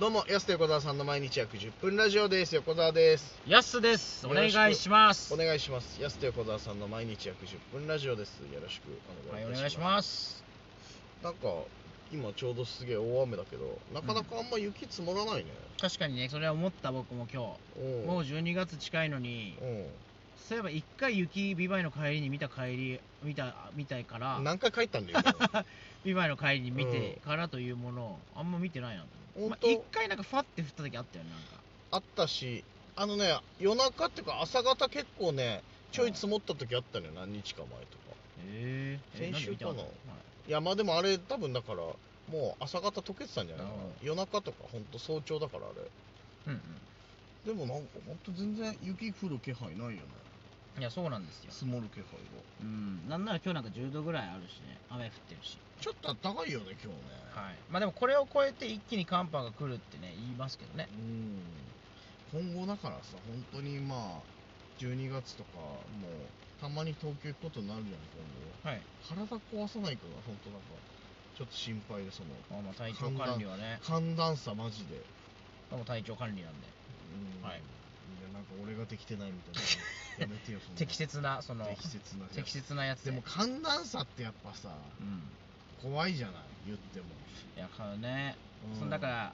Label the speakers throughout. Speaker 1: どうも、安手横澤さんの毎日約10分ラジオです。横澤です。
Speaker 2: やすです。お
Speaker 1: よろ
Speaker 2: 願
Speaker 1: しく
Speaker 2: いします。
Speaker 1: お願いします。安手横澤さんの毎日約10分ラジオです。よろしくお
Speaker 2: は
Speaker 1: 願い
Speaker 2: い、
Speaker 1: いたします。
Speaker 2: お願いします。
Speaker 1: なんか、今ちょうどすげえ大雨だけど、なかなかあんま雪積もらないね。
Speaker 2: 確かにね、それは思った僕も今
Speaker 1: う
Speaker 2: 日。
Speaker 1: ん
Speaker 2: もう12月近いのに、そういえば一回雪、ビバイの帰りに見た帰り、見た、見たいか
Speaker 1: う
Speaker 2: ら
Speaker 1: ん。、何回帰ったんだよ、 今
Speaker 2: ビバイの帰りに見てからというものを、あんま見てないなと思って。
Speaker 1: ほん
Speaker 2: 一
Speaker 1: と
Speaker 2: 回なんかファって降った時あったよね、なんか。
Speaker 1: あったし、あのね、夜中っていうか朝方結構ね、ちょい積もった時あったのよ、何日か前とか。
Speaker 2: えーえ
Speaker 1: 先週かな
Speaker 2: なんで見
Speaker 1: いや、まあでもあれ多分だから、もう朝方溶けてたんじゃないかな
Speaker 2: うん。
Speaker 1: 夜中とかほんと早朝だからあれ。
Speaker 2: たのはい
Speaker 1: でもなんか本当全然雪降る気配ないよね
Speaker 2: うんうん。いや、そうなんですよ。
Speaker 1: 積もる気配が
Speaker 2: うん。なんなら今日なんか10度ぐらいあるしね、雨降ってるし。
Speaker 1: ちょっと暖かいよね今日ね
Speaker 2: はい。まあでもこれを超えて一気に寒波が来るってね、言いますけどね。
Speaker 1: うん今後だからさ本当にまあ12月とかもうたまに東京行くことになるじゃ
Speaker 2: はい。
Speaker 1: ん今後体壊さないかが本当なんかちょっと心配でその
Speaker 2: まあまあ体調管理はね、
Speaker 1: 寒暖差マジで
Speaker 2: でも体調管理なんで、
Speaker 1: うん
Speaker 2: はい
Speaker 1: いやなんか俺ができてないみたい なやめてよそんな
Speaker 2: 適切な、その、
Speaker 1: 適切な
Speaker 2: 適切なやつ
Speaker 1: で
Speaker 2: で。
Speaker 1: も寒暖差ってやっぱさ
Speaker 2: うん。
Speaker 1: 怖いじゃない言っても
Speaker 2: いや、買うね。
Speaker 1: うん
Speaker 2: そのだから、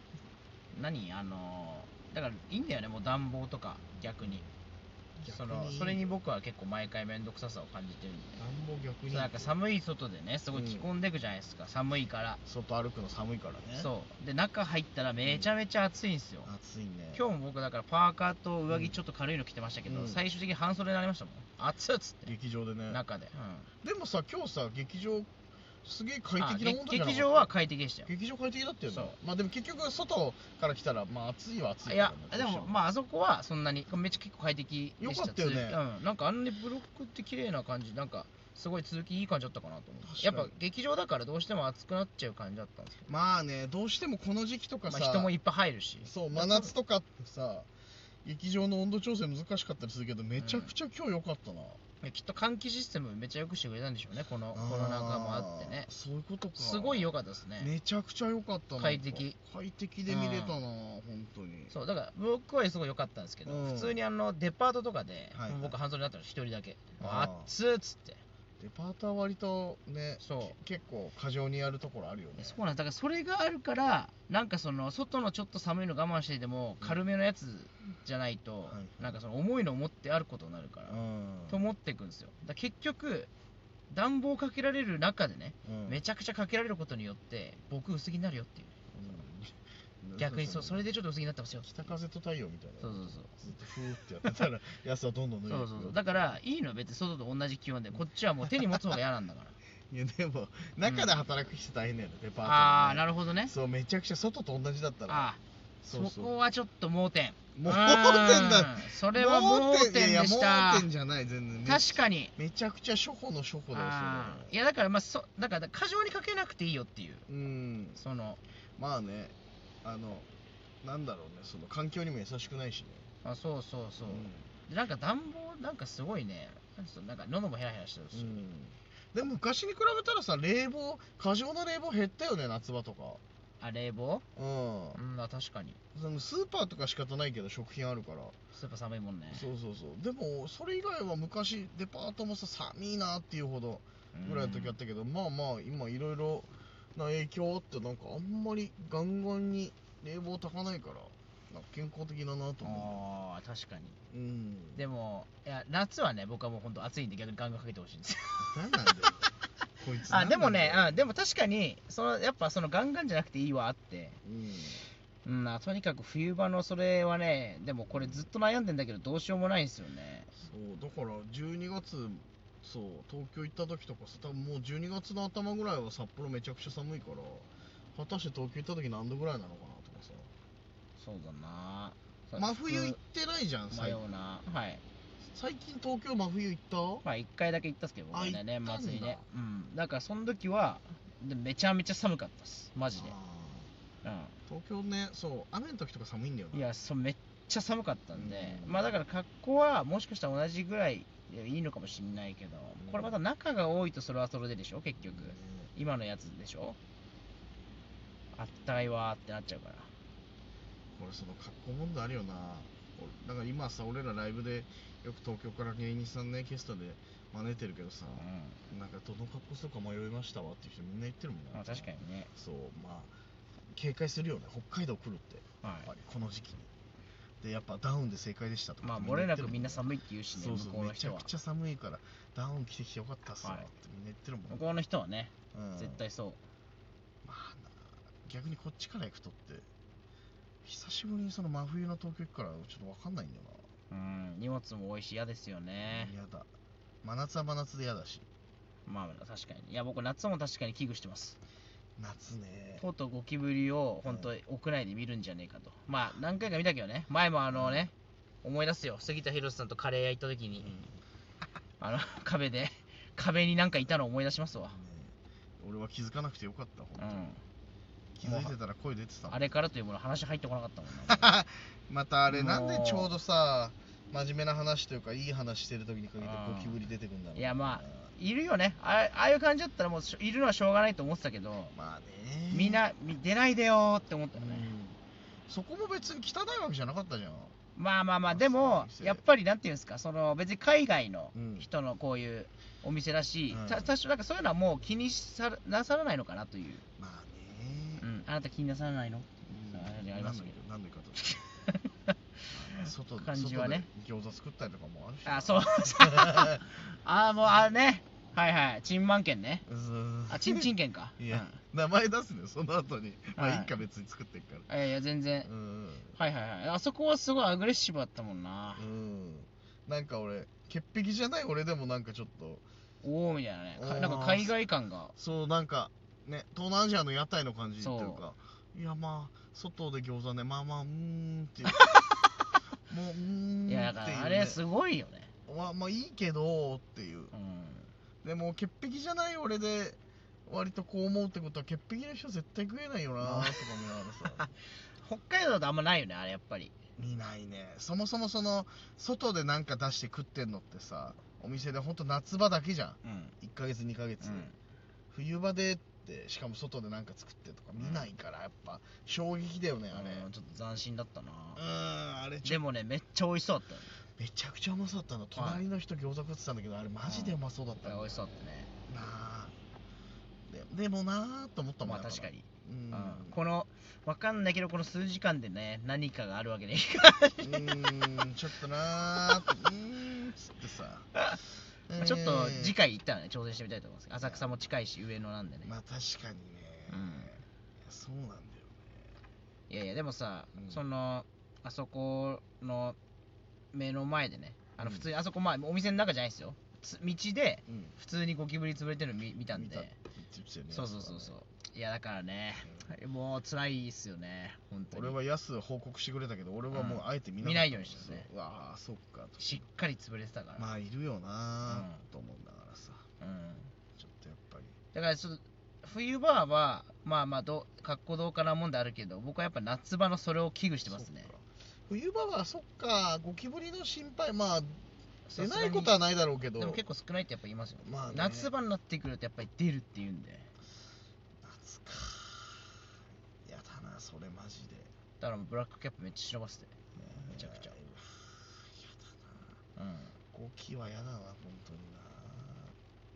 Speaker 2: 何あのー、だからいいんだよね、もう暖房とか、逆に。そのそれに僕は結構毎回面倒くささを感じてるんで
Speaker 1: 暖房逆
Speaker 2: そう
Speaker 1: に
Speaker 2: なんか寒い外でねすごい着込んでくじゃないですか、寒いから、
Speaker 1: 外歩くの寒いからね
Speaker 2: そうで中入ったらめちゃめちゃ暑いんですよ、
Speaker 1: 暑いね
Speaker 2: 今日も僕だからパーカーと上着ちょっと軽いの着てましたけど、
Speaker 1: うん
Speaker 2: 最終的に半袖になりましたもん暑っつって
Speaker 1: 劇場でね
Speaker 2: 中で、うん
Speaker 1: でもさ今日さ劇場すげえ快適なもんだ
Speaker 2: あげ
Speaker 1: じゃなかった
Speaker 2: 劇場は快適でしたよ
Speaker 1: 劇場快適だったよね
Speaker 2: そう
Speaker 1: まあでも結局外から来たらまあ暑いは暑い
Speaker 2: いやで
Speaker 1: どうして
Speaker 2: もまああそこはそんなにめっちゃ結構快適でした
Speaker 1: よかったよね
Speaker 2: うん、なんかあんなにブロックって綺麗な感じなんかすごい続きいい感じだったかなと思
Speaker 1: 確か
Speaker 2: う
Speaker 1: に
Speaker 2: やっぱ劇場だからどうしても暑くなっちゃう感じだったんですけど、
Speaker 1: まあねどうしてもこの時期とか
Speaker 2: ま
Speaker 1: さ
Speaker 2: あ、人もいっぱい入るし
Speaker 1: そう真夏とかってさ劇場の温度調整難しかったりするけどめちゃくちゃ今日良かったな、
Speaker 2: いやきっと換気システムめっちゃ良くしてくれたんでしょうねこの
Speaker 1: あー
Speaker 2: コロナ禍もあってね
Speaker 1: そういうことか
Speaker 2: すごい良かったですね
Speaker 1: めちゃくちゃ良かったな
Speaker 2: 快適
Speaker 1: 快適で見れたな、本当に
Speaker 2: そうだから僕はすごい良かったんですけど、
Speaker 1: うん
Speaker 2: 普通にあのデパートとかで、
Speaker 1: はいはい
Speaker 2: 僕半袖になったの一人だけ「
Speaker 1: あー
Speaker 2: あっつ」っつって
Speaker 1: デパートは割とね
Speaker 2: そう
Speaker 1: け結構過剰にやるところあるよね
Speaker 2: そうなんですだからそれがあるからなんかその外のちょっと寒いの我慢してても
Speaker 1: うん
Speaker 2: 軽めのやつじゃないと、
Speaker 1: はいはい
Speaker 2: なんかその重いの持ってあることになるから、
Speaker 1: うん
Speaker 2: と思っていくんですよだから結局暖房かけられる中でね、
Speaker 1: うん
Speaker 2: めちゃくちゃかけられることによって僕薄着になるよっていう
Speaker 1: うん
Speaker 2: 逆にそうそれでちょっと薄着になってますよ
Speaker 1: 北風と太陽みたいな
Speaker 2: そうそうそう
Speaker 1: ずっとふーってやってた らやつはどんどん脱いで
Speaker 2: そ
Speaker 1: いうく
Speaker 2: そうそうだからいいのよ別に外と同じ気温でこっちはもう手に持つ方が嫌なん だから
Speaker 1: いやでも中で働く人大変だよね、デパート
Speaker 2: ああーな
Speaker 1: る
Speaker 2: るほどね
Speaker 1: そうめちゃくちゃ外と同じだったら
Speaker 2: あ
Speaker 1: そう
Speaker 2: そ
Speaker 1: そう
Speaker 2: こはちょっと盲点
Speaker 1: 盲点だ
Speaker 2: うんそれは盲点で
Speaker 1: いやいや
Speaker 2: した
Speaker 1: 盲点じゃない全然
Speaker 2: 確かに
Speaker 1: めちゃくちゃ初歩の初歩ですよね
Speaker 2: あーいやだからまあそだから過剰にかけなくていいよっていう
Speaker 1: うん
Speaker 2: その
Speaker 1: まあねあのなんだろうねその環境にも優しくないしね
Speaker 2: あそうそうそう、
Speaker 1: う
Speaker 2: でなんか暖房なんかすごいねなんかそのなんか喉もヘラヘラしてるし、
Speaker 1: ん、でも昔に比べたらさ冷房過剰な冷房減ったよね夏場とか
Speaker 2: あ冷房
Speaker 1: うん、
Speaker 2: うんあ確かに
Speaker 1: そのスーパーとか仕方ないけど食品あるから、
Speaker 2: スーパー寒いもんね
Speaker 1: そうそうそうでもそれ以外は昔デパートもさ寒いなっていうほどぐらいの時あったけど、まあまあ今いろいろな影響あってなんかあんまりガンガンに冷房たかないからなんか健康的だなと思
Speaker 2: あー確かに
Speaker 1: ううん
Speaker 2: でもいや夏はね僕はもう本当暑いんで逆にガンガンかけてほしいんですよ
Speaker 1: 何なんだよこいつ
Speaker 2: あ
Speaker 1: 何
Speaker 2: で
Speaker 1: な
Speaker 2: も
Speaker 1: んだ
Speaker 2: ね
Speaker 1: よ、
Speaker 2: うん、でも確かにそのやっぱそのガンガンじゃなくていいわあって、
Speaker 1: うん
Speaker 2: うん、あとにかく冬場のそれはねでもこれずっと悩んでんだけどどうしようもないんですよね
Speaker 1: そうだから12月そう東京行った時とかさ多分もう12月の頭ぐらいは札幌めちゃくちゃ寒いから果たして東京行った時何度ぐらいなのかなとかさ
Speaker 2: そうだな
Speaker 1: 真冬行っ
Speaker 2: 迷
Speaker 1: てないじゃん最近
Speaker 2: うなはい
Speaker 1: 最近東京真冬行った
Speaker 2: まあ1回だけ行ったっすけど僕
Speaker 1: あ
Speaker 2: ね年
Speaker 1: 行ったんだ
Speaker 2: 末にねうんだからその時はでめちゃめちゃ寒かったっすマジで
Speaker 1: あ
Speaker 2: うん
Speaker 1: ー東京ねそう雨の時とか寒いんだよない
Speaker 2: やそうめっちゃ寒かったんで、
Speaker 1: うん
Speaker 2: まあだから格好はもしかしたら同じぐらいでいいのかもしんないけど、
Speaker 1: うん
Speaker 2: これまた中が多いとそれはそれででしょ結局、
Speaker 1: ね
Speaker 2: 今のやつでしょあったかいわーってなっちゃうから
Speaker 1: これその格好問題あるよなおだから今さ俺らライブでよく東京から芸人さんねゲストで招いてるけどさ、なんかどの格好するか迷いましたわっていう人みんな言ってるもんね
Speaker 2: まあ確かにね
Speaker 1: そうまあ警戒するよね北海道来るってや
Speaker 2: は
Speaker 1: っぱりこの時期にでやっぱダウンで正解でしたと
Speaker 2: い
Speaker 1: か
Speaker 2: まあ
Speaker 1: って
Speaker 2: 漏れなくみ
Speaker 1: 言
Speaker 2: ん
Speaker 1: ってるも
Speaker 2: な寒いって言うしね
Speaker 1: そうそ
Speaker 2: 向こ
Speaker 1: う
Speaker 2: う
Speaker 1: め
Speaker 2: の
Speaker 1: ちゃ
Speaker 2: 人は
Speaker 1: くちゃ寒いからダウン着てきてよかったっすわ
Speaker 2: はい
Speaker 1: ってみんな言ってるもんね
Speaker 2: 向こうの人はね
Speaker 1: うん
Speaker 2: 絶対そう
Speaker 1: まあな逆にこっちから行くとって久しぶりにその真冬の東京行くからちょっと分かんないんだよ
Speaker 2: うん荷物も多いし嫌ですよ
Speaker 1: な、
Speaker 2: ね
Speaker 1: 嫌だ真夏は真夏で嫌だし
Speaker 2: まあ確かにいや僕夏も確かに危惧してます
Speaker 1: 夏ね
Speaker 2: とうとうゴキブリを本当
Speaker 1: う
Speaker 2: に屋内で見るんじゃねえかとまあ何回か見たけどね前もあのね思い出すよ杉田博さんとカレー屋行った時
Speaker 1: う
Speaker 2: に
Speaker 1: ん
Speaker 2: あの壁で壁になんかいたの思い出しますわ
Speaker 1: ね俺は気づかなくてよかった本
Speaker 2: う
Speaker 1: 当に、
Speaker 2: ん
Speaker 1: 気づいてたら声出てたもん
Speaker 2: あれからというもの話入ってこなかったもんな
Speaker 1: またあれなんで
Speaker 2: もう
Speaker 1: ちょうどさ真面目な話というかいい話してる時に限って
Speaker 2: うん
Speaker 1: ゴキブリ出てくんだろうない
Speaker 2: やまいるよねあああいう感じだったらもうしいるのはしょうがないと思ってたけど
Speaker 1: まあね
Speaker 2: みんなみ出ないでよーって思った
Speaker 1: う
Speaker 2: よ
Speaker 1: ん
Speaker 2: ね、
Speaker 1: そこも別に汚いわけじゃなかったじゃん
Speaker 2: まあまあまあ
Speaker 1: あ
Speaker 2: でも
Speaker 1: そう
Speaker 2: やっぱりなんていうんですかその別に海外の
Speaker 1: うん
Speaker 2: 人のこういうお店だし、
Speaker 1: うん
Speaker 2: た多少なんかそういうのはもう気にさなさらないのかなという、
Speaker 1: まあ
Speaker 2: う
Speaker 1: ね
Speaker 2: ん、あなた気になさらないの
Speaker 1: うん
Speaker 2: あれありますけど
Speaker 1: 何の言い方だまあ外
Speaker 2: 感じはね
Speaker 1: 外で餃子作ったりとかもあるし
Speaker 2: あそう ああもうあれねはいはいチンマン券ね
Speaker 1: うず
Speaker 2: あチンチン券か
Speaker 1: いや、名前出すねその後にま
Speaker 2: はい
Speaker 1: あいいか別に作っていくか
Speaker 2: うんいやいや全然
Speaker 1: らうん
Speaker 2: はいはいはいあそこはすごいアグレッシブだったもんな
Speaker 1: うんなんか俺潔癖じゃない俺でもなんかちょっと
Speaker 2: おおみたいなねか
Speaker 1: おー
Speaker 2: なんか海外感が
Speaker 1: そうなんかね東南アジアの屋台の感じっていうかいやまあ外で餃子ねまあまあうーんっていうもううーん
Speaker 2: いやだ
Speaker 1: っ
Speaker 2: か
Speaker 1: ていう、ね、
Speaker 2: らあれすごいよね
Speaker 1: まあまあいいけどっていう
Speaker 2: うん
Speaker 1: でも潔癖じゃない俺で割とこう思うってことは潔癖の人絶対食えないよなとか見ながらさ
Speaker 2: 北海道だとあんまないよねあれやっぱり
Speaker 1: 見ないねそもそもその外でなんか出して食ってんのってさお店でほんと夏場だけじゃん
Speaker 2: うん
Speaker 1: 1ヶ月2ヶ月、冬場でってしかも外でなんか作ってとか見ないからやっぱ衝撃だよねあれ
Speaker 2: うんちょっと斬新だったな
Speaker 1: うーんあれち
Speaker 2: で
Speaker 1: ょ
Speaker 2: もねめっちゃ美味しそうだったよ
Speaker 1: めちゃくちゃうまそうだったの隣の人餃子食ってたんだけどあれマジでうまそうだった
Speaker 2: 美
Speaker 1: の
Speaker 2: 味しそうだったね
Speaker 1: なあででもなあと思ったもん
Speaker 2: まあ確かに
Speaker 1: うん
Speaker 2: うんこのわかんないけどこの数時間でね何かがあるわけね
Speaker 1: うーんちょっと なあうーんつって さ
Speaker 2: ちょっと
Speaker 1: 回
Speaker 2: 次回行ったらね挑戦してみたいと思います浅草も近いし上野なんでね
Speaker 1: まあ確かにね
Speaker 2: うん
Speaker 1: そうなんだよ
Speaker 2: いやいやでもさ、
Speaker 1: うん
Speaker 2: そのあそこの目の前でねあの
Speaker 1: うん
Speaker 2: 普通にあそこまあお店の中じゃないですよつ道で
Speaker 1: うん
Speaker 2: 普通にゴキブリ潰れてるの見見たんで
Speaker 1: 見たって言ってたよね
Speaker 2: そうそうそうそう
Speaker 1: や
Speaker 2: いやだからね
Speaker 1: つはね
Speaker 2: もう辛いっすよね本当に
Speaker 1: 俺はやす報告してくれたけど俺はもうあえて見な
Speaker 2: 見ないようにしてたね
Speaker 1: うわあそっかと
Speaker 2: しっかり潰れてたから、
Speaker 1: まあいるよなあ
Speaker 2: うん
Speaker 1: と思うんだからさ
Speaker 2: うん、
Speaker 1: ちょっとやっぱり
Speaker 2: だからちょっと冬場はまあまあどう格好どうかなもんであるけど僕はやっぱ夏場のそれを危惧してますね
Speaker 1: そっか冬場はそっかゴキブリの心配まあ
Speaker 2: さ
Speaker 1: 出
Speaker 2: すが
Speaker 1: な
Speaker 2: に
Speaker 1: いことはないだろうけど
Speaker 2: でも結構少ないってやっぱ言いますよ、
Speaker 1: まあね
Speaker 2: 夏場になってくるとやっぱり出るって言うんで
Speaker 1: 夏かやだなそれマジで
Speaker 2: だからもうブラックキャップめっちゃ忍ばせてめちゃくちゃ
Speaker 1: うわや
Speaker 2: うん
Speaker 1: だなゴキはやだな本当に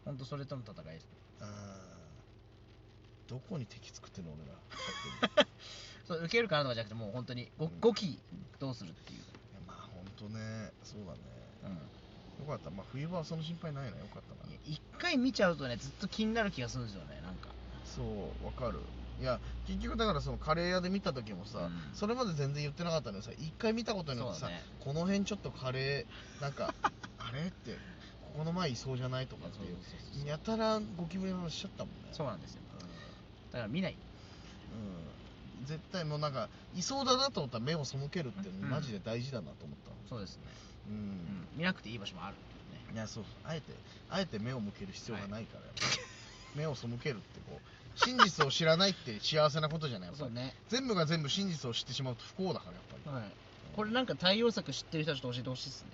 Speaker 2: ほんとそれとの戦いです
Speaker 1: なあーどこに敵作ってんの俺ら
Speaker 2: そう受けるかなとかじゃなくてもう本当に
Speaker 1: う
Speaker 2: ご
Speaker 1: ん
Speaker 2: ごきどうするっていう、
Speaker 1: いやまあ本当ねそうだね
Speaker 2: う
Speaker 1: よかったまあ冬場はその心配ないなよかった
Speaker 2: ん、い
Speaker 1: な
Speaker 2: や一回見ちゃうとねずっと気になる気がするんですよねなんか
Speaker 1: そうわかるいや結局だからそのカレー屋で見た時もさ、
Speaker 2: うん
Speaker 1: それまで全然言ってなかったのにさ一回見たことによって
Speaker 2: そ
Speaker 1: さ、
Speaker 2: うだね
Speaker 1: この辺ちょっとカレーなんか あれってここの前いそうじゃないとかって
Speaker 2: そうそうそうそう
Speaker 1: やたらゴキブリの話しちゃったもんね
Speaker 2: そうなんですよだから見ない
Speaker 1: うん、うん、絶対もうなんかいそうだなと思ったら目を背けるっていうの
Speaker 2: うん
Speaker 1: マジで大事だなと思ったの
Speaker 2: そうですね、
Speaker 1: うん、
Speaker 2: うん、見なくていい場所もあるっていうね
Speaker 1: いやそうあえてあえて目を向ける必要がないから、やっぱり 目を背けるってこう真実を知らないって幸せなことじゃないやっぱ
Speaker 2: そ
Speaker 1: り
Speaker 2: うね、
Speaker 1: 全部が全部真実を知ってしまうと不幸だからやっぱり、
Speaker 2: はい、これなんか対応策知ってる人はちょっと教えてほしいですね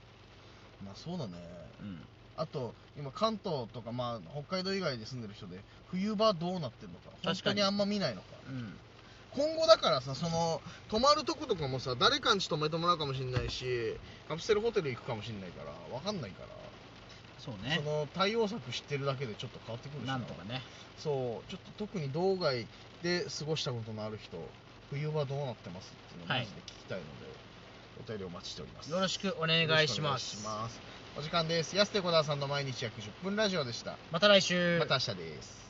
Speaker 1: まあそうだね
Speaker 2: うん
Speaker 1: あと今関東とか、まあ、北海道以外で住んでる人で冬場どうなってるのか
Speaker 2: 確
Speaker 1: 本
Speaker 2: か
Speaker 1: 当
Speaker 2: に
Speaker 1: にあんま見ないのか今後だからさその泊まるとことかもさ誰かんち泊めてもらうかもしんないしカプセルホテル行くかもしんないからわかんないから、
Speaker 2: そうね
Speaker 1: その対応策知ってるだけでちょっと変わってくるし
Speaker 2: なんとかね
Speaker 1: そうちょっと特に道外で過ごしたことのある人冬はどうなってますっていうのを
Speaker 2: は
Speaker 1: マ
Speaker 2: い
Speaker 1: ジで聞きたいので、お便りお待ちしております
Speaker 2: よろしくお願いしま
Speaker 1: よろし
Speaker 2: す
Speaker 1: くお願いしますお時間です安手小田さんの毎日約10分ラジオでした
Speaker 2: また来週
Speaker 1: また明日です